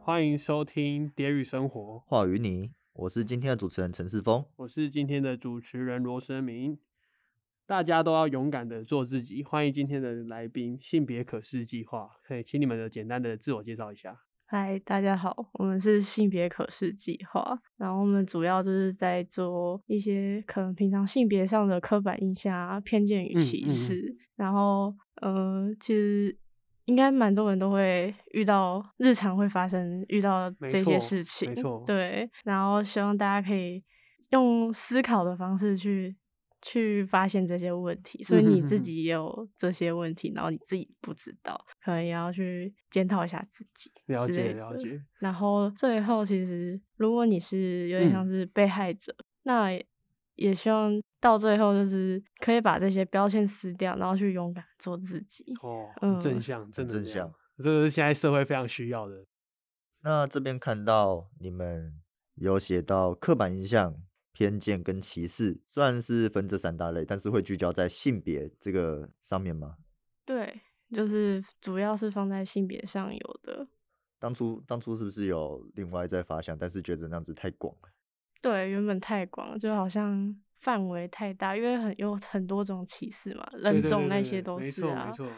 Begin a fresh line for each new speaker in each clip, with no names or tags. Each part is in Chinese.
欢迎收听《蝶语生活》，
话与你，我是今天的主持人陈世峰。
我是今天的主持人罗生明。大家都要勇敢的做自己。欢迎今天的来宾，性别可视计划。嘿，请你们的简单的自我介绍一下。
嗨，大家好，我们是性别可视计划，然后我们主要就是在做一些可能平常性别上的刻板印象、啊、偏见与
嗯
歧
嗯嗯
视，然后呃，其实应该蛮多人都会遇到，日常会发生遇到
没
这
错
些事情，
错
对，然后希望大家可以用思考的方式去。去发现这些问题，所以
嗯哼
你
哼
自
哼
己也有这些问题，然后你自己不知道，可能也要去检讨一下自己。
了
之
解
类的
了解，
然后最后，其实如果你是有
嗯
点像是被害者，那也也希望到最后就是可以把这些标签撕掉，然后去勇敢做自己。
哦，很正
嗯
向，真的
正
这样
向，
这个是现在社会非常需要的。
那这边看到你们有写到刻板印象、偏见跟歧视，虽然是分这三大类，但是会聚焦在性别这个上面吗？
对，就是主要是放在性别上有的。
当初当初是不是有另外在发想，但是觉得那样子太广了？
对，原本太广了，就好像范围太大，因为很有很多种歧视嘛，
对
人
对
种
对
那
对
些都
没
是
错
啊
没。错。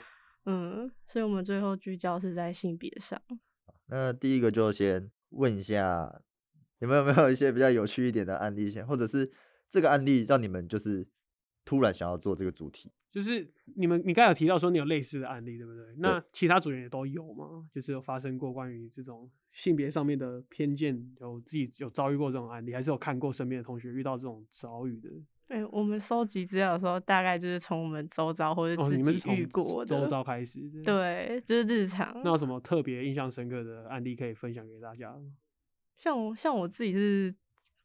嗯，所以我们最后聚焦是在性别上。
那第一个就先问一下，你们有 没有一些比较有趣一点的案例，先或者是这个案例让你们就是突然想要做这个主题？
就是你们，你刚才有提到说你有类似的案例，对不对？那其他组员也都有吗？就是有发生过关于这种性别上面的偏见，有自己有遭遇过这种案例，还是有看过身边的同学遇到这种遭遇的？
哎、我们收集资料的时候，大概就是从我们周遭或者
哦，
自
你们是
己
从
遇过的、
周遭开始的。
对，就是日常。
那有什么特别印象深刻的案例可以分享给大家吗？
像我像我自己是，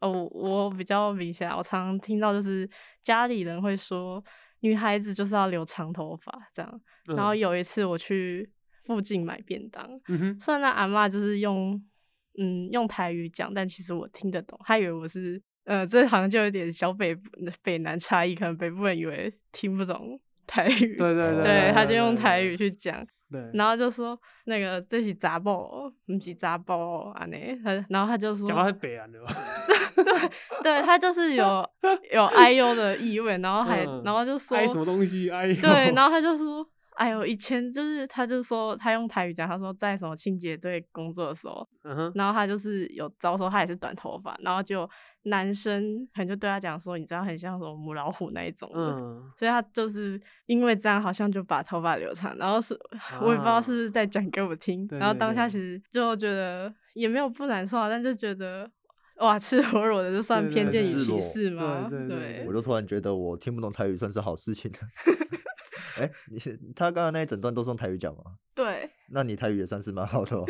哦，我我比较明显啊，我常常听到就是家里人会说，女孩子就是要留长头发这样。然后
嗯
有一次我去附近买便当，
嗯哼，
虽然那阿嬷就是用嗯用台语讲，但其实我听得懂，她以为我是。呃，这好像就有点小北部北南差异，可能北部人以为听不懂台语，
对对啊
对
对，他就用
对
台
对
语去讲，
对，
然后就说那个这是杂报，不是杂报啊呢，他然后他就说，
讲到是北岸的吧？
对他就是 有有哎呦的意味，然后还、
嗯
然后就说
哎，什么东西？哎呦，
对，然后他就说。哎呦，以前就是，他就说他用台语讲，他说在什么清洁队工作的时候，
嗯哼，
然后他就是有招收，他也是短头发，然后就男生可能就对他讲说，你知道很像什么母老虎那一种的，
嗯，
所以他就是因为这样，好像就把头发留长，然后是我也不知道是不
啊
是在讲给我听，
对
然后
对
当下
对
其实就觉得也没有不难受啊，但就觉得哇，赤裸裸的就算
对对
偏
对
见
很
与
赤
歧
裸
视吗？
对对对对
我就突然觉得我听不懂台语算是好事情了。 哎、你他刚刚那一整段都是用台语讲吗？
对，
那你台语也算是蛮好的哦。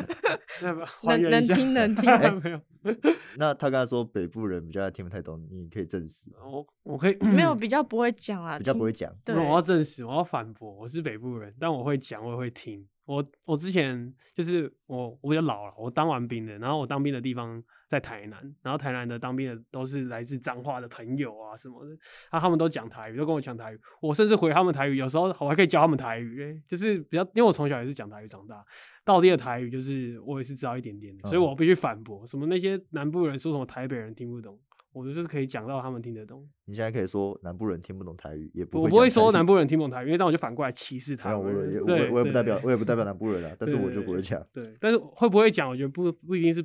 那不还
能
原
能
一下，，
听能听
没有，
那他刚才说北部人比较听不太懂，你可以证实吗，
我我可以
没有比较不会讲啊，
比较不
听
会讲。
对
那我要证实，我要反驳，我是北部人，但我会讲，我也会听。我我之前就是我我也老了，我当完兵的，然后我当兵的地方在台南，然后台南的当兵的都是来自彰化的朋友啊什么的，啊他们都讲台语，都跟我讲台语，我甚至回他们台语，有时候我还可以教他们台语、欸，就是比较，因为我从小也是讲台语长大，道地的台语就是我也是知道一点点的，所以
嗯
我必须反驳，什么那些南部人说什么台北人听不懂，我就是可以讲到他们听得懂。
你现在可以说南部人听不懂台语，也不
我
会
不会
讲台
说
语
南部人听不懂台语，因为这样我就反过来歧视
没
他
有，我
们。
也我
对
也我也不代表
对
我也不代表南部人啊，但是
对
我就
对
不会讲。
对，但是会不会讲，我觉得不不一定是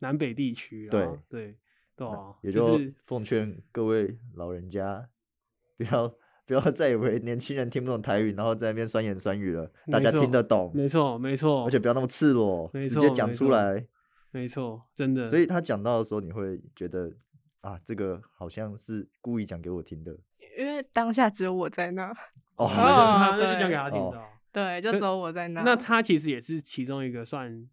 南北地区啦。啊
对
对对啊，
也
就
哦就是奉劝各位老人家，不要不要再以为年轻人听不懂台语，然后在那边酸言酸语了，大
没
家
错
听得懂，
没错没错，
而且不要那么赤裸，
没
直
错
接讲
没
出
错
来。
没错，真的。
所以他讲到的时候，你会觉得啊，这个好像是故意讲给我听的
因为当下只有我在那，
哦。
啊，
啊
就是他
对
那就讲给他听
哦
的啊。
对，就
可
只有我在那。
那他其实也是其中一个算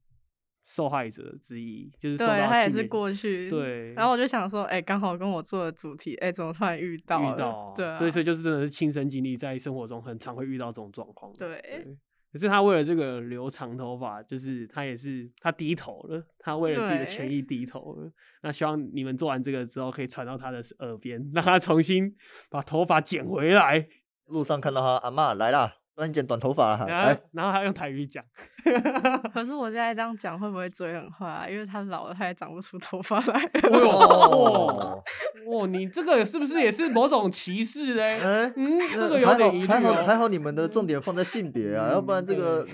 受害者之一，就是受
对
到
他也
去
是
年
过去，
对
然后我就想说，哎、刚好跟我做的主题，哎、怎么突然遇到了？
遇到，
对、啊，
所以所以就是真的是亲身经历，在生活中很常会遇到这种状况。
对
可是他为了这个留长头发，就是他也是他低头了，他为了自己的权
对
益低头了。那希望你们做完这个之后，可以传到他的耳边，让他重新把头发剪回来。
路上看到他阿嬷来啦，帮你剪短头发啦，啊
然后
来，
然后还要用台语 讲，
可是我现在这样讲会不会嘴很坏啊？因为他老了，他也长不出头发来
哎呦
了。
哦，
哇，你这个是不是也是某种歧视 嘞？
哎，
嗯，
那
这个有
还
点疑虑、
好，还好，还
哦。
好，你们的重点放在性 别啊，要不然这个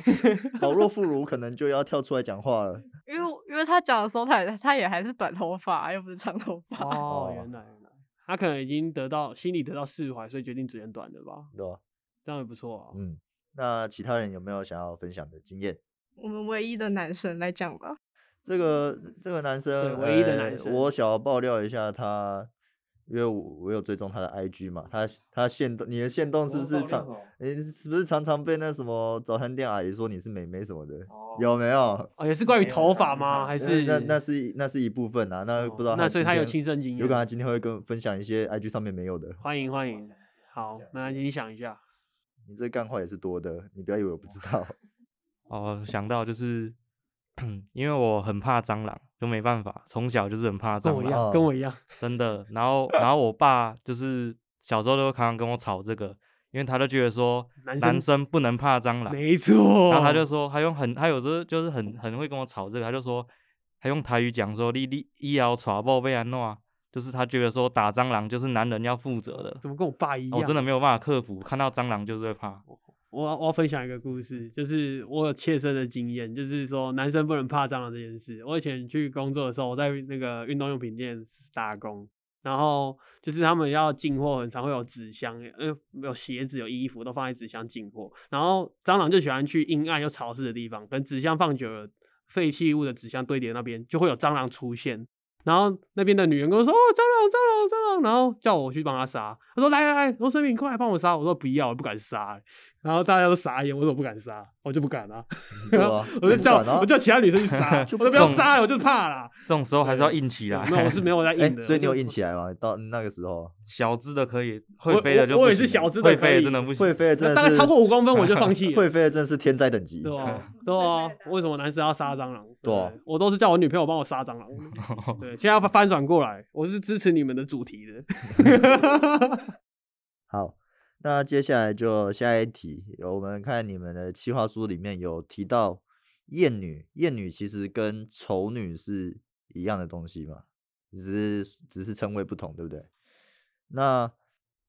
老弱妇孺可能就要跳出来讲话 了。
因为因为他讲的时候，他也他也还是短头发，啊又不是长头发。
哦，原来原来，他可能已经得到心里得到释怀，所以决定只剪短的吧，
对吧？
这样也不错啊。
嗯，那其他人有没有想要分享的经验？
我们唯一的男生来讲吧，
这个这个男生，
唯一的男
呃
生
我想要爆料一下他，因为我我有追踪他的 IG 嘛，他他限动，你的限动是不是
哦
常，你是不是常常被那什么早餐店阿姨说你是美眉什么的？有没有？
哦，也是关于头发吗？还
那
是
那那是那是一部分啊，那
哦
不知道
那所以
他
他有
今
亲
天
身经
有可能他
验，
今天会跟我分享一些 IG 上面没有的。
欢迎欢迎。好，那你想一下，
你这干话也是多的，你不要以为我不知 道。
哦，想到就是，因为我很怕蟑螂，就没办法，从小就是很怕
跟
蟑
我一
螂，
哦
样，跟我一样。
真的。然后，然后我爸就是小时候都常常跟我吵这个，因为他就觉得说
男生
男生不能怕蟑螂，
没错，
然后他就说，他用很，他有时候就是很很会跟我吵这个，他就说，他用台语讲说，你你医疗传播被安诺，就是他觉得说打蟑螂就是男人要负责的，
怎么跟我爸
哦
一样？哦
我真的没有办法克服，看到蟑螂就是会怕。
我要我要分享一个故事，就是我有切身的经验，就是说男生不能怕蟑螂这件事。我以前去工作的时候，我在那个运动用品店打工，然后就是他们要进货，很常会有纸箱，呃，有鞋子、有衣服都放在纸箱进货，然后蟑螂就喜欢去阴暗又潮湿的地方，可能纸箱放久了，废弃物的纸箱堆叠那边就会有蟑螂出现。然后那边的女员工说：“哦，蟑螂，蟑螂，蟑螂！”然后叫我去帮她杀。她说：“来来来，罗生敏，过来帮我杀。”我说：“不要，我不敢杀。”然后大家都傻眼，我怎么不敢杀？我就不敢啊！
对啊
我就
不
叫、
敢啊
我叫其他女生去杀，我 都不要杀了，我就怕啦。
这种时候还是要
对
硬起来。
那我是没 有在
哎、
硬的，
所以你有
我就
硬起来吗？到那个时候，
小只的可以，
我
会飞的
我
就
我
不
也是
行
小只的
会
可
飞
以
的真的不行。
会 飞的真的
大概
是
超过五公分我就放 弃了。
会飞的真的是天灾等级。
对 啊，对啊，为什么男生要杀蟑螂？
对啊
不我都是叫我女朋友帮我杀蟑螂。 对，现在要翻转过来，我是支持你们的主题的。
好，那接下来就下一题，我们看你们的企划书里面有提到艳女，艳女其实跟丑女是一样的东西嘛，只是只是称谓不同，对不对？那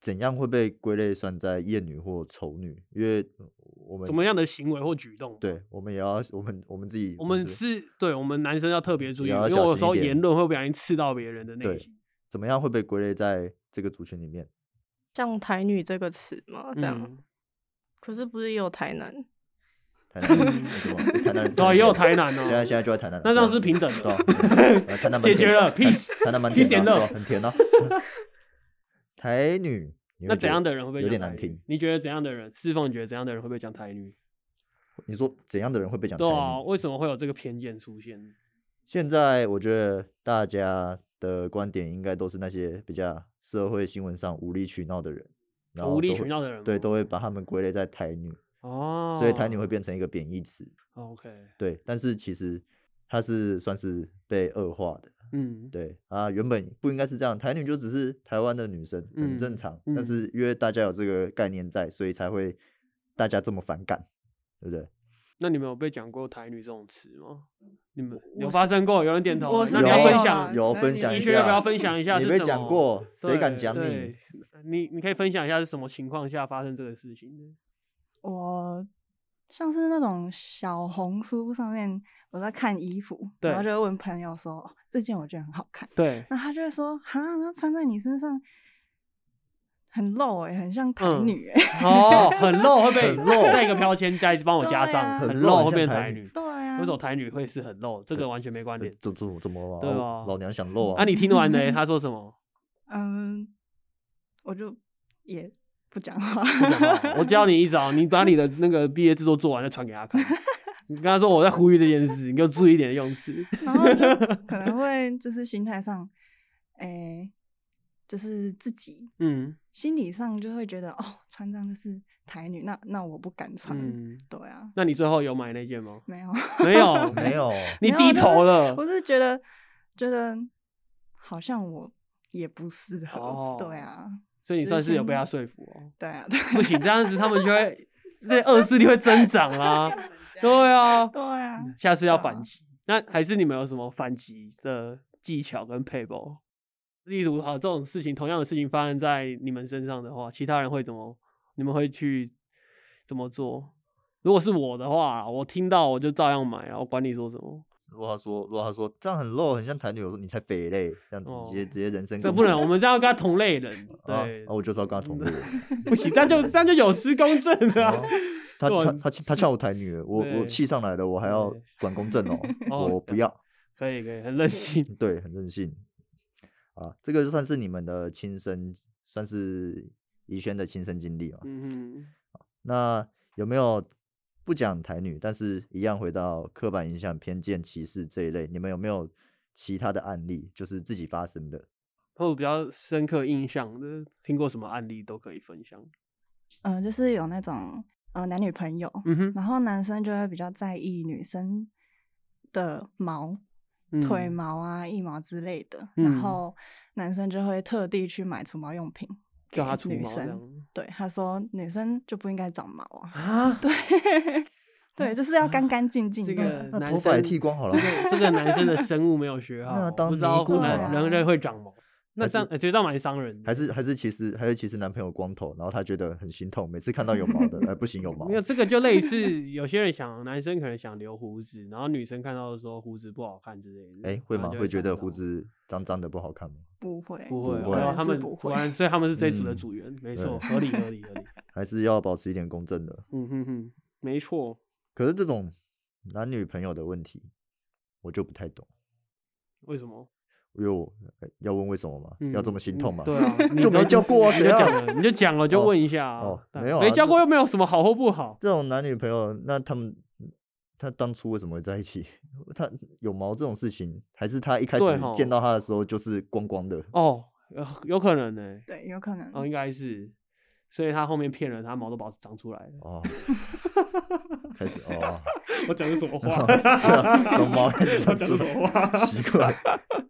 怎样会被归类算在艳女或丑女？因为我们
怎么样的行为或举动？，
对，我们也要 我们我们自己，
我们
自己
是对我们男生要特别注意，
也
因
要
为
小
我有
心
时
一
候
点
言论会不小心刺到别人的内
对
心。
怎么样会被归类在这个族群里面？
像台女这个词嘛，这样。
嗯
可是不是也有台南？
台 南人，对吧台南人
对啊，也有台南
现在
哦，
现在就在谈谈，
那这样是平等
对啊
的，
嗯呃台南蛮
解决
甜的
了
台
，peace
台南蛮
peace
甜的
and
啊，对
love
啊很甜哦。台女，你会
那
觉
怎
得
样的人会被
有
讲
点
台
难
语
听？
你觉得怎样的人？释放觉得怎样的人会被讲台女？
你说怎样的人会被讲台
对啊，
女？
为什么会有这个偏见出现？
现在我觉得大家的观点应该都是那些比较社会新闻上无理取闹的人，然后
无理
都
取
会
闹的人
对，
吗
都会把他们归类在台女，
哦，
所以台女会变成一个贬义词。
OK，
对，但是其实它是算是被恶化的。
嗯，
对啊，原本不应该是这样，台女就只是台湾的女生，很正
嗯
常。
嗯
但是因为大家有这个概念在，所以才会大家这么反感，对不对？
那你们有被讲过台女这种词吗？你们有
我
发生啊过？有人点头吗，
我是
那你要
没
分
有啊
享
啦，
有分
你
享
你
一
确定
下，
不要分享一下
你
是
被
什
讲
么
过，谁敢
对
讲你？？
对你你可以分享一下是什么情况下发生这个事情的？
我像是那种小红书上面我在看衣服，
对
然后就会问朋友说哦这件我觉得很好看，
对，
那他就会说哈，那穿在你身上很露哎、很像台
嗯
女哎、
哦，很露会被
很露
再一个标签再帮我加
对
上，
啊
很露
露
很
会变
像台
台
女
女。
对啊，
为什么台女会是很露？这个完全没关
呃
联。
怎怎怎么了？
对啊
哦老娘想露
啊，
啊！
你听完呢？他说什么？
嗯，我就也不讲 话，
不讲话我教你一招，你把你的那个毕业制作做完再传给他看。你跟他说我在呼吁这件事，你给我注意一点用词。
然后就可能会就是心态上，哎、就是自己
嗯
心理上就会觉得哦，穿这样就是台女，那那我不敢穿，
嗯，
对啊，
那你最后有买那件吗？
没有，
没有，
没， 有，
你
没有
低头了
我。是觉得觉得好像我也不适合，
哦
对啊，
所以你
就是
算是有被
先
他说服哦。
对啊，对啊
不行，这样子他们就会这恶势力会增长啦、 对啊，
对啊，
下次要反
啊
击。那还是你们有什么反击的技巧跟配搏？例如，好这种事情，同样的事情发生在你们身上的话，其他人会怎么？你们会去怎么做？如果是我的话，我听到我就照样买啊，我管你说什么。
如果他说，如果他说这样很 low，很像台女，我说你才肥嘞，这样子直接、
哦
直接人身
这
攻
不
击
能，我们这样跟他同类人，
啊
对，
啊，我就是要跟他同 路。
不行，这样就这样就有失公正了、 啊
哦他
对
他他他叫我台女了，我我
对
气上来了，我还要
对，
管公正哦
哦
我不要，
可以可以，很任性。
对，很任性。啊，这个就算是你们的亲身，算是怡轩的亲身经历嘛。
嗯哼，
那有没有不讲台女，但是一样回到刻板印象、偏见、歧视这一类，你们有没有其他的案例，就是自己发生的？
或者比较深刻印象的，听过什么案例都可以分享。
嗯、就是有那种呃男女朋友，
嗯哼，
然后男生就会比较在意女生的毛、
嗯
腿毛啊、腋毛之类的，
嗯
然后男生就会特地去买除毛用品给
叫他除
女
毛这
生。
样
对，他说女生就不应该长毛啊，
啊？
对， 对，就是要干干净净
这
的。
个
那
男
头发也
生
剃光好了
这个这个男生的生物没有学好，
那当
不知道
尼姑
男
好了
男人会长毛，那
还
这样呃觉得这样蛮伤人的。
还是还是其实还是其实男朋友光头，然后他觉得很心痛，每次看到有毛的，哎、不行有毛
没，有这个就类似有些人想男生可能想留胡子，然后女生看到说胡子不好看之类的，
哎、会
然
吗
后？就
会觉
长
得
毛
胡子脏脏的不好看吗？
不会，
不会
不
没有
会啊
当然
他
是
们
不
果
会
然，所以他们是这一组的
嗯
组员，没
对
错，合理合理合理。
还是要保持一点公正的。
嗯哼哼，没错。
可是这种男女朋友的问题，我就不太懂，
为什么？
因为我哎要问为什么吗？要这
嗯
么心
嗯
痛吗？，
对啊 你
就没
都
教过啊
你
怎
就
样
讲了，你就讲了，就
哦
问一下啊。
哦
但
没有
没
啊
教
这
过又没有什么好或不好。
这种男女朋友，那他们他当初为什么会在一起？他有毛这种事情，还是他一开始
对吼
见到他的时候就是光光的？
哦，有有可能呢、
对，有可能。
哦，应该是，所以他后面骗人，他毛都保持长出来了。
哦，开始哦，
我讲的什么话？
从毛开始
我
长
讲
出
的什么
来，
话？哦
奇怪。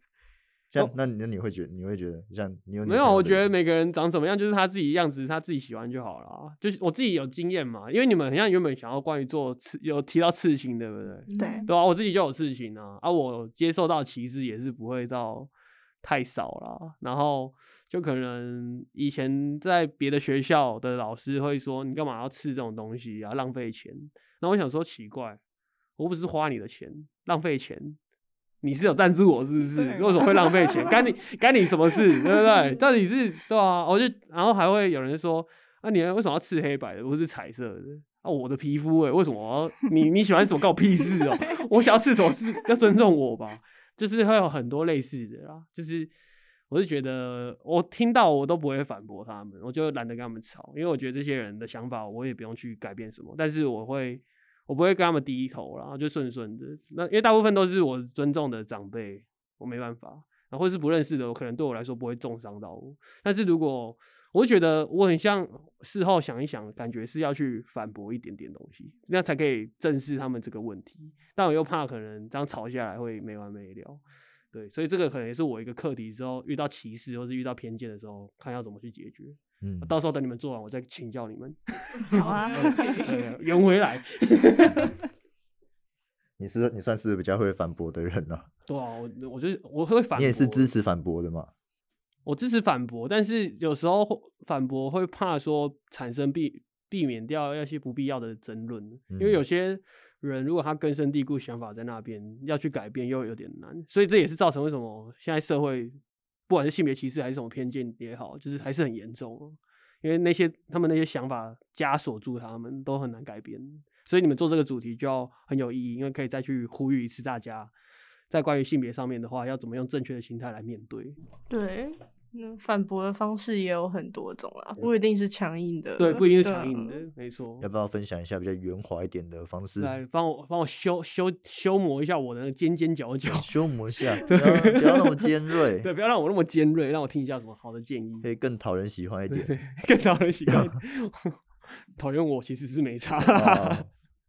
像那你那你会觉得你会觉得像你有女
没有，
朋友
我
的
觉得
人
每个人长什么样就是他自己样子，他自己喜欢就好了啊。就是我自己有经验嘛，因为你们好像原本想要关于做刺，有提到刺青，对不对？
嗯
对
对啊，我自己就有事情啊，啊，我接受到歧视也是不会到太少啦。然后就可能以前在别的学校的老师会说，你干嘛要吃这种东西啊，浪费钱。然后我想说，奇怪，我不是花你的钱，浪费钱。你是有赞助我是不是？
对
为什么会浪费钱？干你干你什么事？ 对不对？到底是对啊？我就然后还会有人说，啊，你为什么要刺黑白的，不是彩色的？啊，我的皮肤哎、为什么我要你 你喜欢什么关我屁事哦、 我想要刺什么事，要尊重我吧。就是会有很多类似的啦，就是我是觉得我听到我都不会反驳他们，我就懒得跟他们吵，因为我觉得这些人的想法我也不用去改变什么，但是我会我不会跟他们低头啦，就顺顺的。那因为大部分都是我尊重的长辈，我没办法。然后或是不认识的，我可能对我来说不会重伤到我。但是如果我会觉得我很像事后想一想，感觉是要去反驳一点点东西，那才可以正视他们这个问题。但我又怕可能这样吵下来会没完没了，对，所以这个可能也是我一个课题。之后遇到歧视或是遇到偏见的时候，看要怎么去解决。
嗯，
到时候等你们做完，我再请教你们，嗯
好啊，
对圆回来。
你是你算是比较会反驳的人啊，
对啊，我我就是我会反驳，
你也是支持反驳的嘛？
我支持反驳，但是有时候会反驳会怕说产生避避免掉那些不必要的争论，因为
嗯
有些人如果他根深蒂固想法在那边，要去改变又有点难，所以这也是造成为什么现在社会不管是性别歧视还是什么偏见也好，就是还是很严重哦，因为那些他们那些想法枷锁住他们，都很难改变。所以你们做这个主题就要很有意义，因为可以再去呼吁一次大家，在关于性别上面的话，要怎么用正确的心态来面对。
对，那反驳的方式也有很多种啊，不一定是强硬的，
嗯对，不一定是
对
强硬
啊。
的，没错
要。不要分享一下比较圆滑一点的方式？
来帮我帮我修修修磨一下我的那个尖尖角角，
修磨 一下，不要不要那么尖锐，
对，不要让我那么尖锐，让我听一下什么好的建议
可，以更讨人喜欢一
对对
点。，
更讨人喜欢。 讨厌我其实是没差，
啊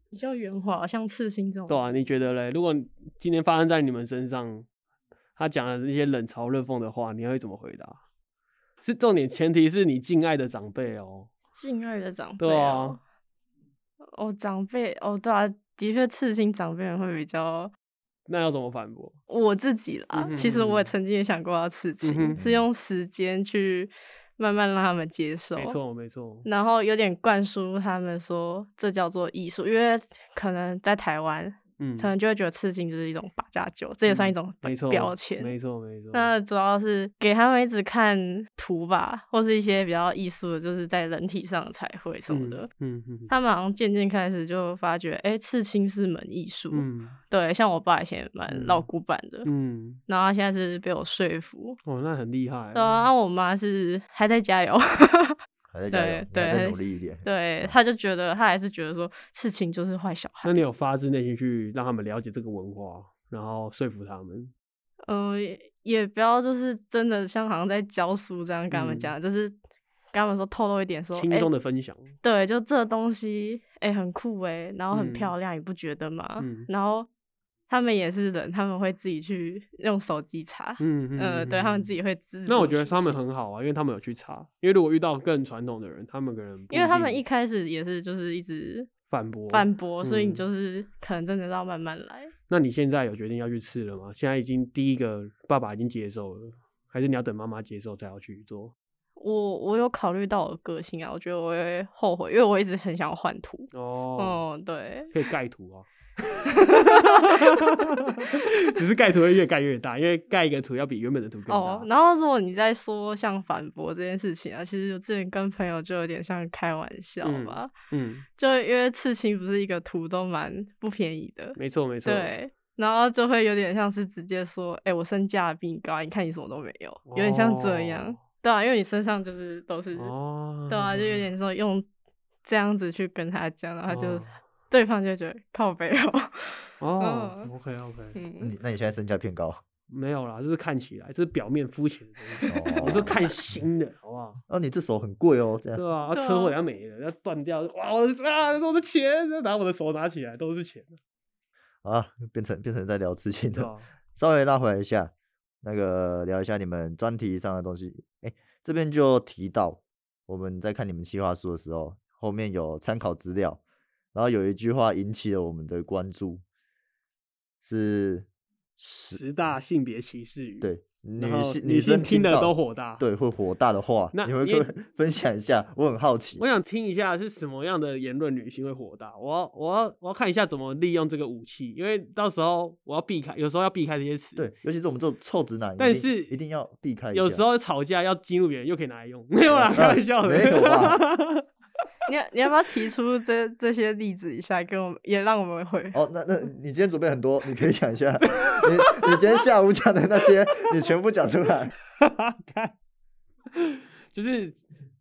比较圆滑，像刺青这种。
对啊，你觉得嘞？如果今天发生在你们身上，他讲的那些冷嘲热讽的话，你会怎么回答？是重点，前提是你敬爱的长辈哦。
敬爱的长辈、
对啊
哦，哦，长辈哦，对啊，的确刺青长辈人会比较。
那要怎么反驳？
我自己啦，
嗯哼
其实
嗯
我也
哼
曾经也想过要刺青，
嗯哼
是用时间去慢慢让他们接受。
没错，没错。
然后有点灌输他们说这叫做艺术，因为可能在台湾，
嗯，
可能就会觉得刺青就是一种八加九，这也算一种
没错
标签。
没错，没错。
那主要是给他们一直看图吧，或是一些比较艺术的，就是在人体上的彩绘什么
嗯
的。
嗯嗯
他们好像渐渐开始就发觉，哎、刺青是门艺术。
嗯
对，像我爸以前也蛮老
嗯
古板的，
嗯，
然后他现在是被我说服。
哦，那很厉害。
对啊，啊我妈是还在加油。
还在加油，你
对
还再
对
努力一点。
对，他就觉得他还是觉得说刺青就是坏小孩
那。你有发自内心去让他们了解这个文化，然后说服他们？
嗯、也也不要就是真的像好像在教书这样跟他们
嗯
讲，就是跟他们说透露一点说，
轻
哎、
松的分享。
对，就这东西哎、很酷哎、然后很
嗯
漂亮，你不觉得吗？
嗯
然后他们也是人，他们会自己去用手机查，
嗯嗯
呃，对他们自。
嗯嗯
己会自。
那我觉得他们。很好啊，因为他们有去查。因为如果遇到更传统的人，他们可能不
因为他们
定
一开始也是就是一直
反驳
反驳，所以
嗯
你就是可能真的要慢慢来。
那你现在有决定要去吃了吗？现在已经第一个爸爸已经接受了，还是你要等妈妈接受才要去做？
我我有考虑到我的个性啊，我觉得我会后悔，因为我一直很想要换图。
哦，
嗯，对，
可以盖图 啊。只是盖图会越盖越大，因为盖一个图要比原本的图更大。
哦，然后如果你在说像反驳这件事情啊，其实我之前跟朋友就有点像开玩笑
嗯
吧，
嗯，
就因为刺青不是一个图都蛮不便宜的，
没错没错。
对，然后就会有点像是直接说，哎、我身价比你高，你看你什么都没有，有点像这样，
哦
对啊，因为你身上就是都是，
哦，
对啊，就有点说用这样子去跟他讲，然后就、
哦
对方就觉得靠背 哦，
哦
嗯
，OK OK，
那
嗯，
你那你现在身价偏高
没有啦，这是看起来，这是表面肤浅的东西。
哦
我说看新 的，好不啊好？
哦，你这手很贵哦，这样
对啊，啊
对
车祸
啊
要没了，要断掉，哇，我的啊，我的钱，拿我的手拿起来都是钱，
啊，变成变成在聊刺青
对哦
了。
吧？
稍微拉回来一下，那个聊一下你们专题上的东西。哎、这边就提到我们在看你们企划书的时候，后面有参考资料，然后有一句话引起了我们的关注， 是
十大性别歧视语，
对女
然后
性
女
生
性听了
到
都火大，。
对会火大的话，
那
你会
你也
跟我分享一下？我很好奇
我。想听一下是什么样的言论女性会火大，我要我要我要看一下怎么利用这个武器，因为到时候我要避开，有时候要避开这些词，
对，，尤其是我们这种臭直男，一
但
定
是
一定要避开一下。
有时候吵架要激怒别人又可以拿来 用，没有啦，
啊
开玩笑的，
没有吧
你要你要不要提出这这些例子一下，跟我们也让我们回
哦，那那你今天准备很多，你可以讲一下。你你今天下午讲的那些，你全部讲出来。
看， 就是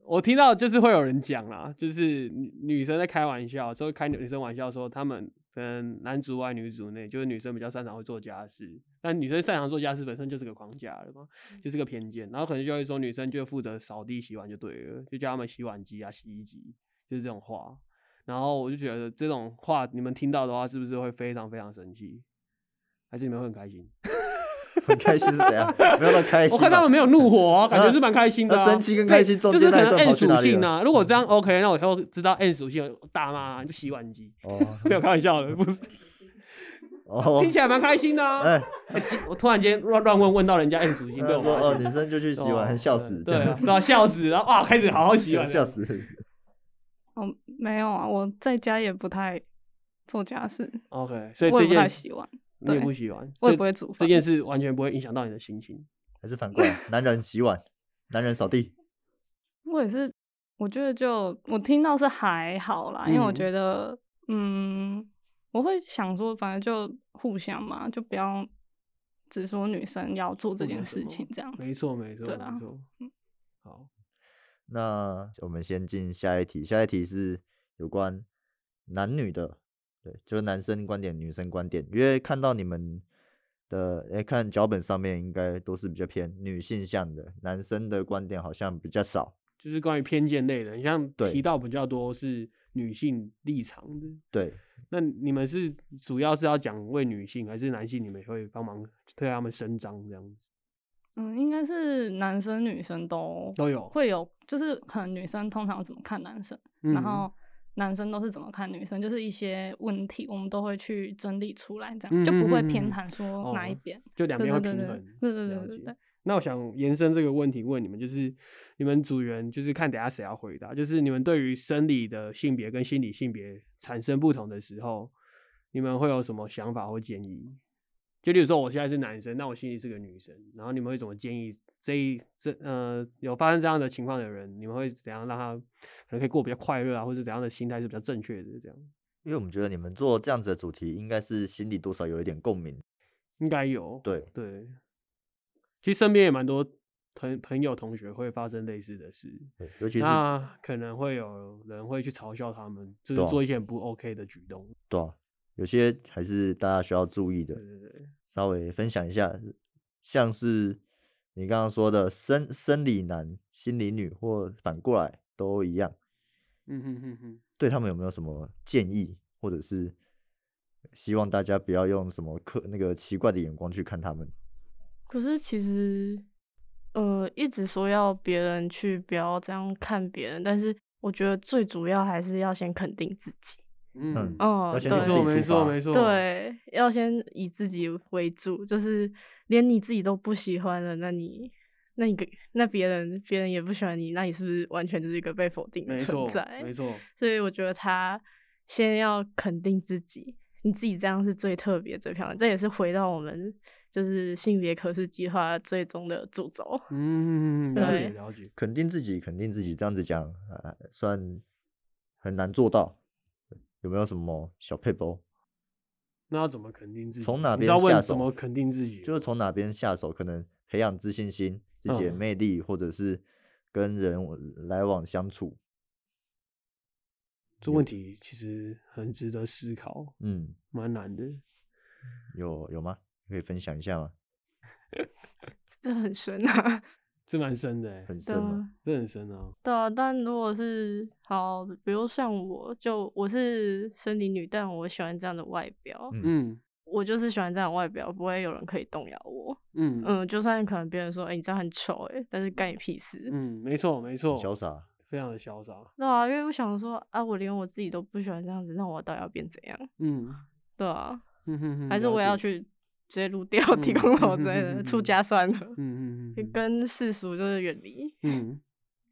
我听到就是会有人讲啦，就是女女生在开玩笑，说开女生玩笑说他们可能男主外女主内，就是女生比较擅长会做家事，那女生擅长做家事本身就是个框架了嘛，就是个偏见，然后可能就会说女生就负责扫地洗碗就对了，就叫他们洗碗机啊、洗衣机，就是这种话。然后我就觉得这种话你们听到的话，是不是会非常非常生气，还是你们会很开心？
很开心是怎样？没有到开心哦
我
吧，
看他们没有怒火 啊，感觉是蛮开心的、啊。
那生气跟开心
对
中
就是
间
可
那一
能
段
N
跑去
属
哪里
性
了？
啊。如果这样 OK，那我以后知道 N 属性，大骂就洗碗机。
哦
没有开玩笑的，不是，
哦
听，起来蛮开心的、啊。
哎，
哎其我突然间乱乱问问到人家 N 属性，
他
被我
说
发
哦，
现
女生就去洗
哦
碗，笑死，
对
这
啊
样，
对啊，笑死，然后哇，开始好好洗碗，
笑。死。
哦，没有啊，我在家也不太做家事，
OK，所以哦
我
这
也不
件
太
事
洗碗，
你也
对
不洗碗，所
我也
以
不会煮饭。
这件事完全不会影响到你的心情。
还是反过来，男人洗碗，男人扫地。
我也是，我觉得就我听到是还好啦，因为我
嗯
觉得，嗯，我会想说，反正就互相嘛，就不要只说女生要做这
不
件
讲什
事
么
情这样子。
没错，没错，
嗯对啊
没错。好，
那我们先进下一题，下一题是有关男女的，对，就是男生观点、女生观点，因为看到你们的，哎、看脚本上面应该都是比较偏女性向的，男生的观点好像比较少。
就是关于偏见类的，你像
对
提到比较多是女性立场的。
对，
那你们是主要是要讲为女性还是男性？你们也会帮忙对他们伸张这样子？
嗯，应该是男生女生都
都有
会有，就是可能女生通常怎么看男生，
嗯
然后男生都是怎么看女生，就是一些问题，我们都会去整理出来，这样、
嗯
就不会偏袒说哪一
哦
边。
就两
对
边会
对
平
对
衡。
对对对
了
对
解
对。
那我想延伸这个问题问你们，就是你们组员就是看等下谁要回答，就是你们对于生理的性别跟心理性别产生不同的时候，你们会有什么想法或建议？就例如说，我现在是男生，那我心里是个女生，然后你们会怎么建议这一这呃有发生这样的情况的人，你们会怎样让他可能可以过比较快乐啊，或者怎样的心态是比较正确的？这样
因为我们觉得你们做这样子的主题，应该是心里多少有一点共鸣。
应该有
对，
对，其实身边也蛮多朋朋友同学会发生类似的事，
对尤其是
那可能会有人会去嘲笑他们，就
对
是
啊
做一些很不 OK 的举动。
对啊、有些还是大家需要注意的
对。对对，
稍微分享一下，像是你刚刚说的生生理男、心理女，或反过来都一样，
嗯哼哼哼，
对他们有没有什么建议，或者是希望大家不要用什么刻那个奇怪的眼光去看他们？
可是其实，呃，一直说要别人去不要这样看别人，但是我觉得最主要还是要先肯定自己。
嗯，
哦、
要先
没
从自
错没
己出
错
发
没错，，
对，要先以自己为主，就是连你自己都不喜欢了，那你，那你给那别人别人也不喜欢你，那你是不是完全就是一个被否定的
没
存
错
在？
没错，
所以我觉得他先要肯定自己，你自己这样是最特别、最漂亮。这也是回到我们就是性别可视计划最终的主轴。
嗯，了解
对
了解，
肯定自己，肯定自己，这样子讲，啊，算很难做到。有没有什么小配包？
那要怎么肯定自己？
从哪
你知道
边下
问
手
怎么肯定自己吗？
就是从哪边下手，可能培养自信心、自己的
嗯
魅力，或者是跟人来往相处。
这问题其实很值得思考，
嗯，
蛮难的。
有有吗？可以分享一下吗？
这很深啊，
这蛮深的欸，
很
对
深吗？
啊，
这很深啊。
对啊。但如果是好，比如像我就我是生理女，但我喜欢这样的外表，
嗯
嗯
我就是喜欢这样的外表，不会有人可以动摇我。
嗯嗯
嗯，就算可能别人说，哎、你这样很丑，哎，但是干你屁事。
嗯，没错没错
很，潇洒。
非常的潇洒。
对啊，因为我想说啊，我连我自己都不喜欢这样子，那我到底要变怎样？
嗯
对啊，
嗯哼哼，
还是
了
我要
解。
去直接撸掉
嗯
提供头
嗯
之类
嗯嗯
的，
嗯
出
嗯
家算了，
嗯嗯嗯，
跟世俗就是远离。
嗯，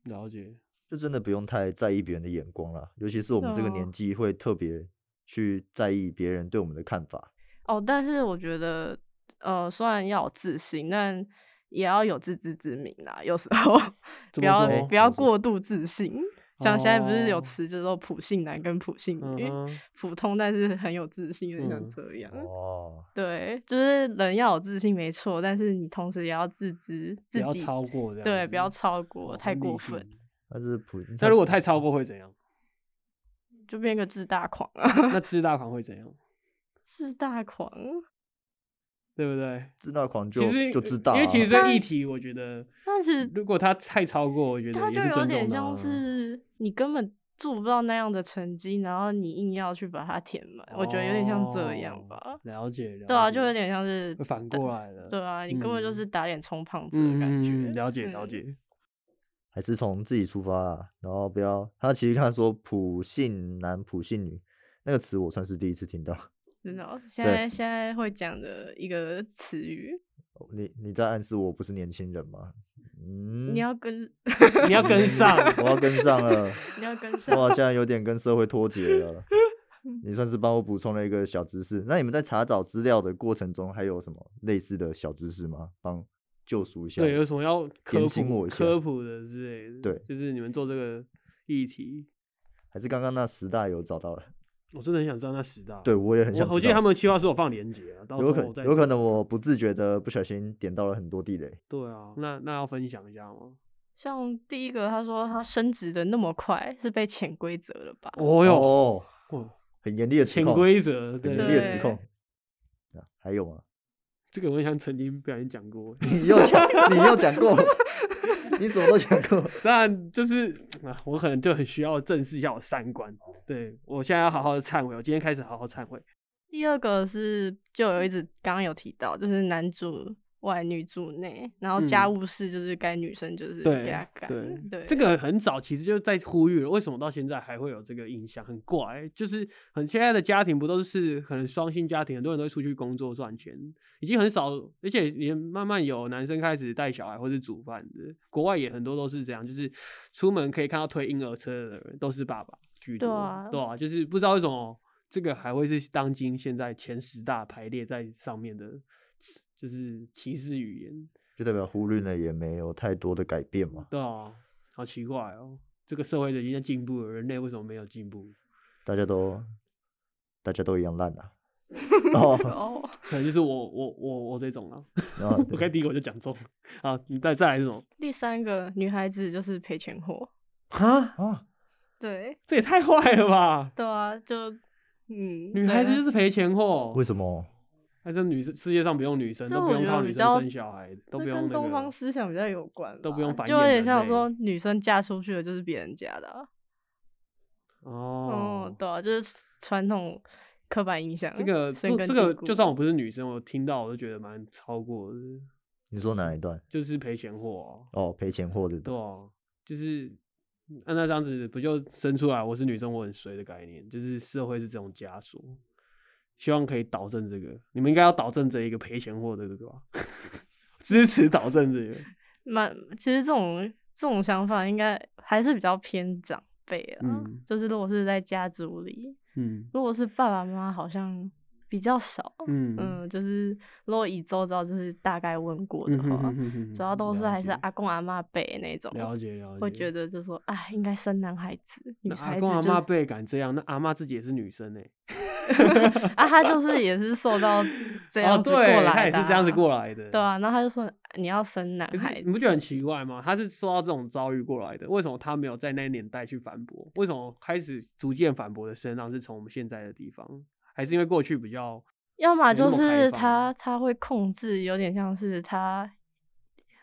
了解。
就真的不用太在意别人的眼光啦，尤其是我们这个
对啊
年纪会特别去在意别人对我们的看法。
哦，但是我觉得，呃，虽然要有自信，但也要有自知之明啦。有时候
怎
不
么
要
说
不要
怎么说
过度自信。像现在不是有
哦
词就是说普信男跟普信
嗯
女，
哼
普通但是很有自信的，
嗯
像这样。
哦，
对，就是人要有自信没错，但是你同时也要自知
不
自
要
己，
超过这样
对，不要
子
超过，
哦
太
很理
过分
性
他是普。
那
他
如果太超过会怎样？
就变个自大狂啊，
那自大狂会怎样？
自大狂。
对不对？
自大狂就
其实
就自大啊、
因为其实这议题，我觉得，
但是
如果他太超过，我觉得
他
嗯也
就是有
尊
点
重他
像
啊
是你根本做不到那样的成绩，然后你硬要去把它填满，我觉得有点像这样
哦
吧。
了解，了
对啊，
解
就有点像是
会反
打
过来了。
对啊，你根本就
嗯
是打脸充胖子的
嗯，
感觉。
嗯嗯了解了
嗯
解。
还是从自己出发啦，然后不要。他其实看说普信男、普信女那个词，我算是第一次听到。
真的哦，现在现在会讲的一个词语，
哦你你在暗示我不是年轻人吗？嗯，
你要跟
你要跟上，
我要跟上了，
你要跟
我
上，
好像有点跟社会脱节 了。你算是帮我补充了一个小知识。那你们在查找资料的过程中，还有什么类似的小知识吗？帮救赎一下我。
对，有什么 要科
点醒我
普
一下
科普的之类的？
对
就是你们做这个议题，
还是刚刚那十大有找到了？
我真的很想知道那十大。
对，我也很想
我我记
知
得
道
他们计划是有放链接啊，到时
有
候
可
我再
有可能我不自觉的不小心点到了很多地雷。
对啊，那那要分享一下吗？
像第一个，他说他升职的那么快，是被潜规则了吧？
哦哟，
哦，
哇
很严厉的指
潜
控
规则，
很
对
严
对
厉的
对，
指控。啊还有吗？，
这个我好像曾经不小心讲过
你又讲，你又讲过， 你什么都讲过。
但就是啊，我可能就很需要正视一下我三观。对我现在要好好的忏悔，我今天开始好好忏悔。
第二个是，就有一直刚刚有提到，就是男主外女主内，然后家
嗯
务事就是该女生就是给
对
她干。
对
对，
这个很早其实就在呼吁了，为什么到现在还会有这个印象？很怪，就是很现在的家庭不都是可能双薪家庭，很多人都会出去工作赚钱，已经很少，而且也慢慢有男生开始带小孩或是煮饭的，国外也很多都是这样，就是出门可以看到推婴儿车的人都是爸爸居
对
多，
啊
对啊，就是不知道为什么这个还会是当今现在前十大排列在上面的，就是歧视语言。
就代表忽略了也没有太多的改变嘛。
对啊，好奇怪哦，这个社会的已经在进步了，人类为什么没有进步？
大家都大家都一样烂啊。 哦，
哦，
可能就是我我我我这种 了。
然后
我看第一个我就讲中了啊，你再再来一种，
第三个女孩子就是赔钱货。
哈，
啊，
对
这也太坏了吧！
对啊，就嗯，
女孩子
对
就是赔钱货
为，什么？
还是女生世界上不用女生，
这
都不
我
用
觉
靠
得
女
比
生
较
生小孩，都
这
不用
跟
那
东方
个。
思想比较有关吧，
都不用繁
就有
衍
点
人
像
类
说女生嫁出去的就是别人家的啊、
哦
哦，，对啊，就是传统刻板印象。
这个
深
这
根
这
蒂
个，
固
就算我不是女生，我听到我都觉得蛮超过的，
你说哪一段？
就是赔钱货、啊。
哦，赔钱货的。
对啊，就是按照这样子，不就生出来我是女生，我很衰的概念，就是社会是这种枷锁。希望可以导正这个，你们应该要导正这一个赔钱货的这个吧， 支持导正这个。
蛮，其实这种这种想法应该还是比较偏长辈啦。
嗯
就是如果是在家族里，
嗯
如果是爸爸妈妈，好像比较少。
嗯
嗯，就是如果以周遭就是大概问过的
嗯
话，
哼哼哼哼
啊主要都是
了
还是
解
阿公阿妈辈那种，
了解了解，
会觉得就说，哎，应该生男孩子，女
那阿
孩子
公阿
就是
妈被敢这样，那阿妈自己也是女生哎、
啊，他就是也是受 到这样
哦，
子过来
对，
的、
她也是这样子过。来的，
对啊，然后他就说你要生男
可是
孩子
你不觉得很奇怪吗？他是受到这种遭遇过来的，为什么他没有在那个年代去反驳？为什么开始逐渐反驳的声浪是从我们现在的地方？还是因为过去比较
要么
没那
就
么开
是
放
他他会控制，有点像是他，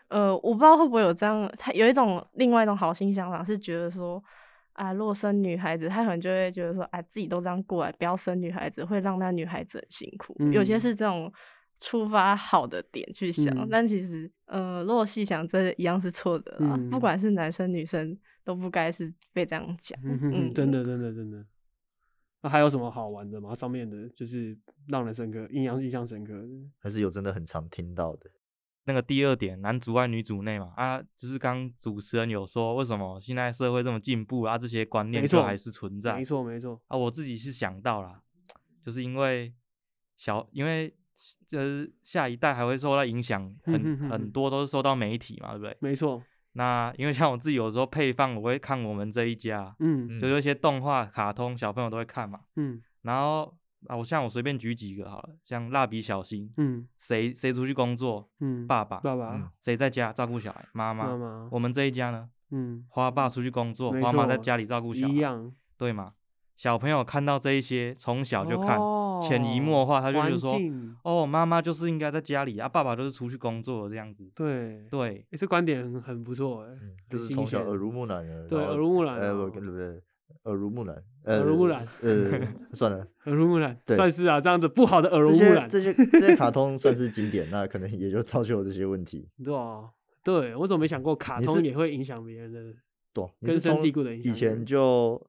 呃，我不知道会不会有这样，他有一种另外一种好心想法是觉得说，啊，如果生女孩子，他可能就会觉得说，啊，自己都这样过来，不要生女孩子，会让那女孩子很辛苦。有些
嗯
是这种出发好的点去想，
嗯
但其实，呃，如果细想，这一样是错的啦，
嗯
不管是男生女生都不该是被这样讲。
嗯哼哼，真的，真的，真的。那、还有什么好玩的吗？上面的就是让人深刻、印象印象深刻的。
还是有真的很常听到的。
那个第二点，男主外女主内嘛，啊，就是刚主持人有说，为什么现在社会这么进步啊，这些观念
没
就
错
还是存在，
没错，没错。
啊，我自己是想到啦，就是因为小，因为就是下一代还会受到影响，
嗯
很
哼哼
很
哼
多都是受到媒体嘛，对不对？
没错，
那因为像我自己有时候配饭，我会看我们这一家，
嗯
就
嗯
有一些动画、卡通，小朋友都会看嘛。
嗯
然后啊，我像我随便举几个好了，像蜡笔小新，
嗯
谁谁出去工作，
嗯，
爸爸，
爸爸
嗯，
谁在家照顾小孩，妈
妈
妈。
妈，
我们这一家呢，
嗯，
花爸出去工作，
没
花妈在
错
家里照顾小孩，
一样，
对吗？小朋友看到这一些，从小就看，潜移
哦
默化，他就觉
环
得说，
境
哦，妈妈就是应该在家里啊，爸爸就是出去工作这样子。
对对，
对，
欸这观点很很不错哎、
嗯，就
很
是
新
从小
鲜
耳濡目染的。
对
然后
耳濡目染
呃，
啊
不不不，耳濡目染。呃
耳濡目染。
呃，算了，
耳濡目染，
对
算是啊，这样子不好的耳濡
这
目
些
染，
这 些这些卡通算是经典，那可能也就造就了这些问题。
对啊，对我怎么没想过卡
你
通
是
也会影响别人的？
对，啊你
根
是
深
从
蒂固的影
以
响
前
力
就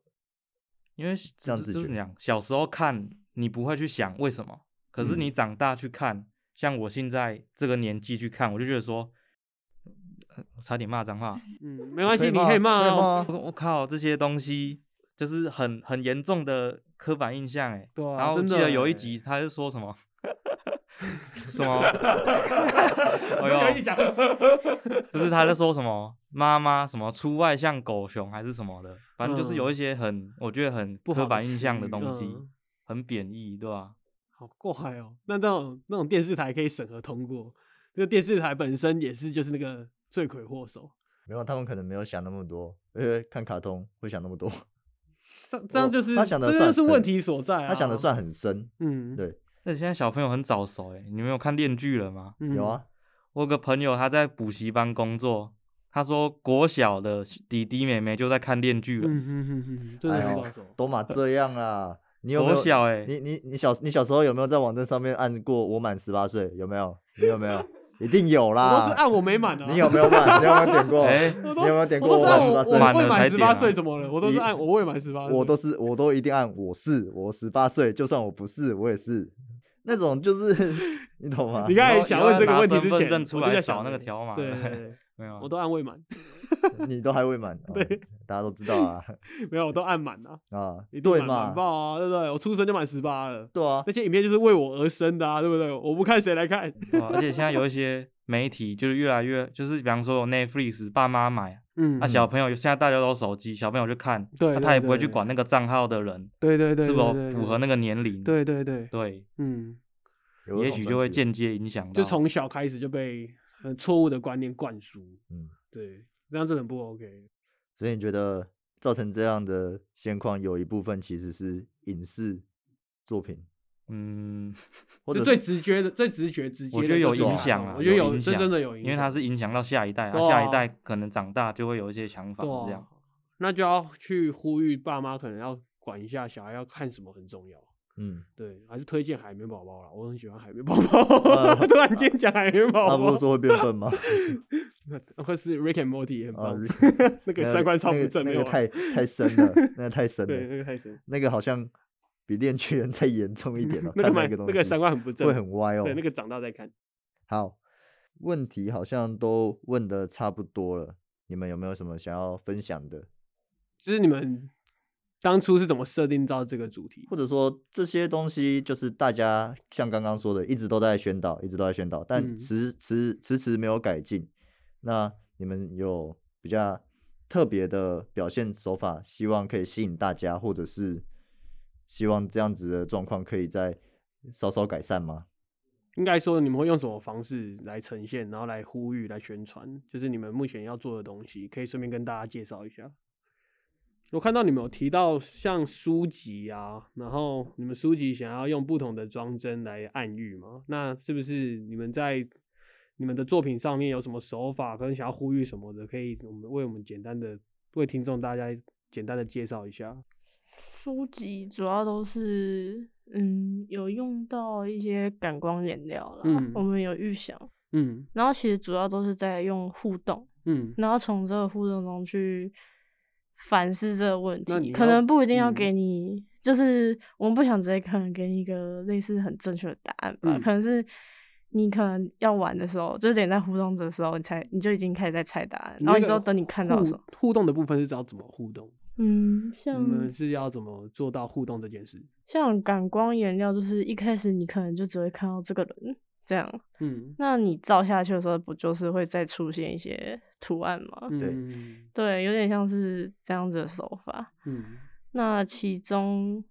因为
这样
就
子
就是
觉得
讲，小时候看你不会去想为什么，可是你
嗯
长大去看，像我现在这个年纪去看，我就觉得说，呃差点骂脏 话，
嗯，没关
可
系，
以
你
骂
可以
啊
骂
可以骂
哦。
啊
我我靠，这些东西就是很很严重的刻板印象哎。
对啊
然后我
真
记
的
得有一
欸
集他是说 什么什么，
我
哎
跟你
呦，
讲，
就是他在说什么妈妈什么出外像狗熊还是什么的，反正就是有一些很、我觉得很
嗯不好
刻
的
板印
词
象的
语
东西，
嗯
很贬义，对吧、
好怪哦。那那种那种电视台可以审核通过，那个电视台本身也是就是那个罪魁祸首，
没有，他们可能没有想那么多，因为看卡通会想那么多，
这这样
我
就是
哦他想得
这就
算
是问
对
题所在啊。
他想的算很深。
嗯，
对，
那现在小朋友很早熟哎、你们有看《恋巨人》吗？
嗯
有，啊，
我有个朋友他在补习班工作，他说国小的弟弟妹妹就在看《恋巨人》
嗯哼哼哼，真的
哎
是
呦
到手，
都嘛这样啊。你有没
国
有
小欸
你你你小你小时候有没有在网站上面按过“我满十八岁”？有没有？你有没有？一定 有
我都是
啦。
按我没满的啊、
你有没有满？你有没有点过？
哎
我
你有没有点
我
过
都是按
我
我我
满18岁
满
未
了
满
才
十
点
八
啊
岁怎么了？我都是
你
按我未满十八岁，
我都是我都一定按我是我十八岁，就算我不是，我也是那种就是 你懂吗
你？刚才
以后
想
以后
问
要
这个
拿
问题
身
之
份
前，
证出
我就
来
在
扫
想
那个
着
条码
对对
了
对 对
没有啊
我都按未满，
你都还 未满，啊
对，
大家都知 道啊
没有，我都按满啊，
啊
一，定
对
满满
嘛？
爆啊，对不对？我出生就满十八了，
对啊
那，些影片就是为我而生的啊，对不对？我不看谁来看？
对啊而且现在有一些媒体就是越来越，就是比方说有 Netflix，爸妈买，
嗯
啊小朋友现在大家都有手机，小朋友去看，
对
啊
对
他也不会
对
去管那个账号的人
对对对，
是否符合那
个？
个年龄，
对对对，
对，
嗯，
有这
也
种
许
东
就会
西
间接影响到，
就从小开始就被呃错误的观念灌输，
嗯，
对，这样真的很不 OK。
所以你觉得造成这样的现况，有一部分其实是影视作品，
嗯，
或
就
者
最直觉的、最直觉、直接
我
的
觉得
就
有
是
影
网
响
络
啊，
我觉得有，
影
这
响
真的有影响，
因为它是影响到下一代，啊
对
下
啊
一代可能长大就会有一些想法
对
是
啊
这样，
那就要去呼吁爸妈，可能要管一下小孩要看什么很重要。
嗯，
对，还是推荐海绵宝宝啦，我很喜欢海绵宝宝。 突然间讲海绵宝
他呃啊不
宝
是，说会变笨吗？
或是 Rick and Morty 也很
啊
棒，
，Rick-
那个
那
三观超不正，
那
没
个
有
那个
啊
太太深了，那个太 深
对，那
了，
个太神，。
那个好像比恋巨人再严重一点了 哦
那个
看
蛮
个东
那个
西
三观很不正，
会很歪哦。
对，那个长大再看。
好，问题好像都问的差不多了，你们有没有什么想要分享的？
就是你们当初是怎么设定到这个主题？
或者说这些东西就是大家像刚刚说的，一直都在宣导，一直都在宣导，但
嗯
迟迟迟迟没有改进。那你们有比较特别的表现手法，希望可以吸引大家，或者是希望这样子的状况可以再稍稍改善吗？
应该说你们会用什么方式来呈现，然后来呼吁、来宣传，就是你们目前要做的东西，可以顺便跟大家介绍一下。我看到你们有提到像书籍啊，然后你们书籍想要用不同的装帧来暗喻嘛？那是不是你们在你们的作品上面有什么手法，跟想要呼吁什么的，可以我们为我们简单的为听众大家简单的介绍一下？
书籍主要都是嗯有用到一些感光颜料啦，
嗯
我们有预想，
嗯
然后其实主要都是在用互动，
嗯
然后从这个互动中去反思这个问
那你
题，
要
可能不一定要
嗯
给你，就是我们不想直接可能给你一个类似很正确的答案吧，
嗯
可能是你可能要玩的时候，就是点在互动的时候，你才你就已经开始在猜答案，然后你
那
之
个
后等你看到的时候
互，互动的部分是要怎么互动？
嗯，
你
像
们是要怎么做到互动这件事？
像感光颜料，就是一开始你可能就只会看到这个人这样，
嗯，
那你照下去的时候，不就是会再出现一些图案吗？
对
对，有点像是这样子的手法。
嗯
那其中，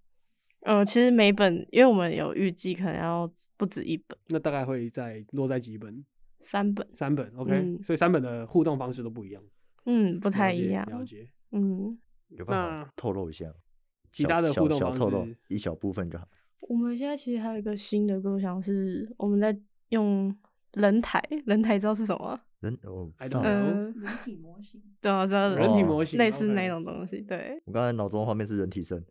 呃，其实每本，因为我们有预计可能要不止一本，
那大概会在落在几本？
三本，
三本，OK，、
嗯
所以三本的互动方式都不一样，
嗯，不
不
太一样，
了解，
嗯，
有办法透露一下吗？
其
小
他的
小
互动
小
方
透露
式，
一小部分就好。
我们现在其实还有一个新的构想是，我们在用人台，人台知道是什么吗？
人我不
I
知道
don't
欸
know
嗯，人体模型，对啊，知道
哦人体模型
类似那
OK
种东西，对。
我刚才脑中的画面是人 体声。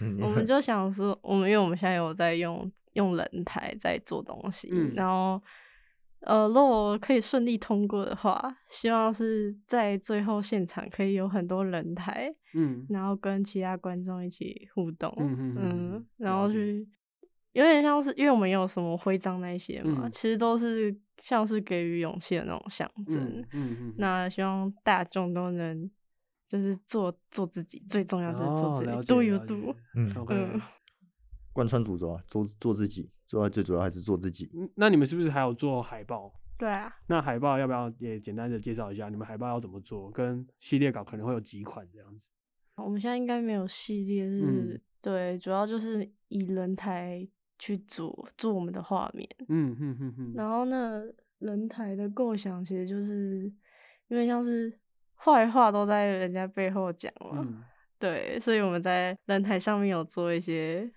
嗯
我们就想说，我们因为我们现在有在用用人台在做东西，
嗯
然后呃，如果可以顺利通过的话，希望是在最后现场可以有很多人台，
嗯
然后跟其他观众一起互动，
嗯嗯嗯嗯
然
了
后
解
去有点像是，因为我们有什么徽章那一些嘛，
嗯
其实都是像是给予勇气的那种象征。
嗯嗯，
那希望大众都能就是做做自己，最重要是做
哦
自己、
了解
d o you
了解
do。
嗯
OK，
嗯
贯穿主轴啊，做做自己，做最主要还是做自己。
嗯那你们是不是还有做海报？
对啊，
那海报要不要也简单的介绍一下？你们海报要怎么做？跟系列稿可能会有几款这样子？
我们现在应该没有系列是，
嗯
对，主要就是以人台去做做我们的画面。
嗯嗯嗯嗯，
然后呢，人台的构想其实就是因为像是坏话都在人家背后讲嘛，
嗯
对，所以我们在人台上面有做一些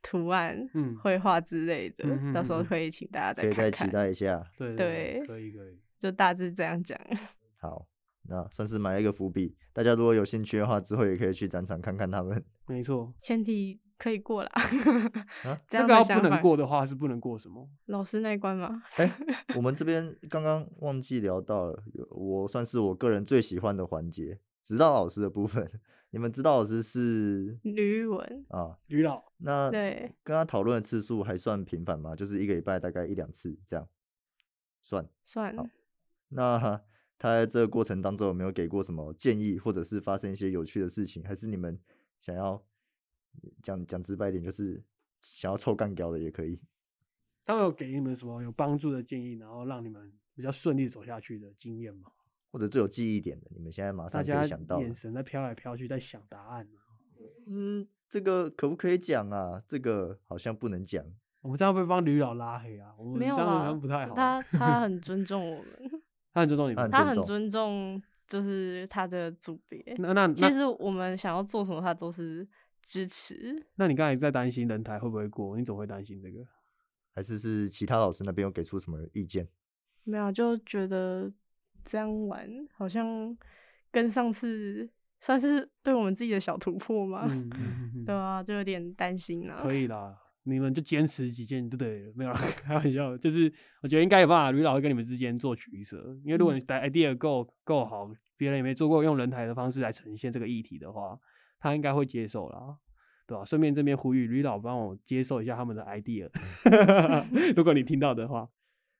图案、
嗯
绘画之类的，
嗯嗯
到时
嗯
候
嗯
可以请大
可
家再
以
看
再期
看，
待一下。
对
对
可以可以，
就大致这样讲。
好，那算是埋了一个伏笔。大家如果有兴趣的话，之后也可以去展场看看他们。
没错。
前提可以过啦。 这
啊那
样
个
的
要
想
不
法
能，过的话是不能过什么？
老师那一关嘛，
哎、我们 这边刚刚忘记聊到了，有我算是我个人最喜欢的环节，指导老师的部分。 你们指导老师是
吕文
啊，
吕老，
那
对
跟他讨论的次数还算频繁吗？就是一个礼拜大概一两次这样，算。
算
好那他在这个过程当中有没有给过什么建议，或者是发生一些有趣的事情，还是你们想要讲讲直白一点，就是想要臭干掉的也可以？
他们有给你们什么有帮助的建议，然后让你们比较顺利走下去的经验吗？
或者最有记忆点的，你们现在马
大
上可
家
以想到的。
眼神在飘来飘去，在想答案啊。
嗯，这个可不可以讲啊？这个好像不能讲。
我们这样会不会帮吕老拉黑啊？我们
没有
这样好
啦
像不太好。，啊
他他很尊重我们，
他很尊重你
他
们
很。
他很
重
尊重就是他的组别。
那那
其
那，
实我们想要做什么，他都是支持。
那你刚才在担心人台会不会过？你怎么会担心这个？
还是是其他老师那边有给出什么意见？
没有，啊就觉得这样玩好像跟上次算是对我们自己的小突破嘛。
嗯，嗯 嗯
对
嗯
啊，就有点担心啦。
可以 啦，你们就坚持己见就对了。没有啦， 开玩笑，就是我觉得应该有办法，吕老会跟你们之间做取舍。因为如果
嗯
你的 idea 够够好，别人也没做过用人台的方式来呈现这个议题的话，他应该会接受啦。对吧、顺便这边呼吁吕老帮我接受一下他们的 idea，如果你听到的话，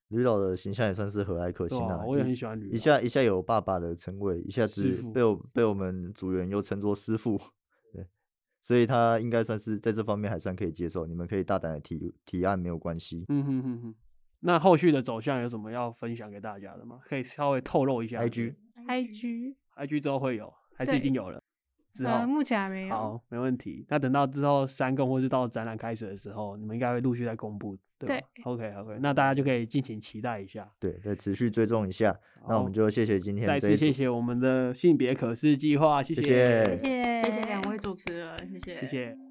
吕老的形象也算是和蔼可
对
亲
吧、
啊，
我也
一
很喜欢吕
一
老。
下一下有爸爸的称谓，一下
师
子
父
被我被我们组员又称作师傅，对，所以他应该算是在这方面还算可以接受。你们可以大胆的提提案，没有关系。
嗯哼哼哼。那后续的走向有什么要分享给大家的吗？可以稍微透露一下
IG
IG
IG 之后会有，还是已
对
经有了？之后、
呃，目前还没有。
哦好，没问题。那等到之后三更或是到展览开始的时候，你们应该会陆续再公布，对吧
对
o k OK，那大家就可以敬请期待一下。
对，再持续追踪一下。那我
好
们就谢谢今天
再
这一
次谢
组，
谢我们的性别可视计划，谢
谢
谢
谢
谢谢
谢谢两位主持人，谢谢
谢谢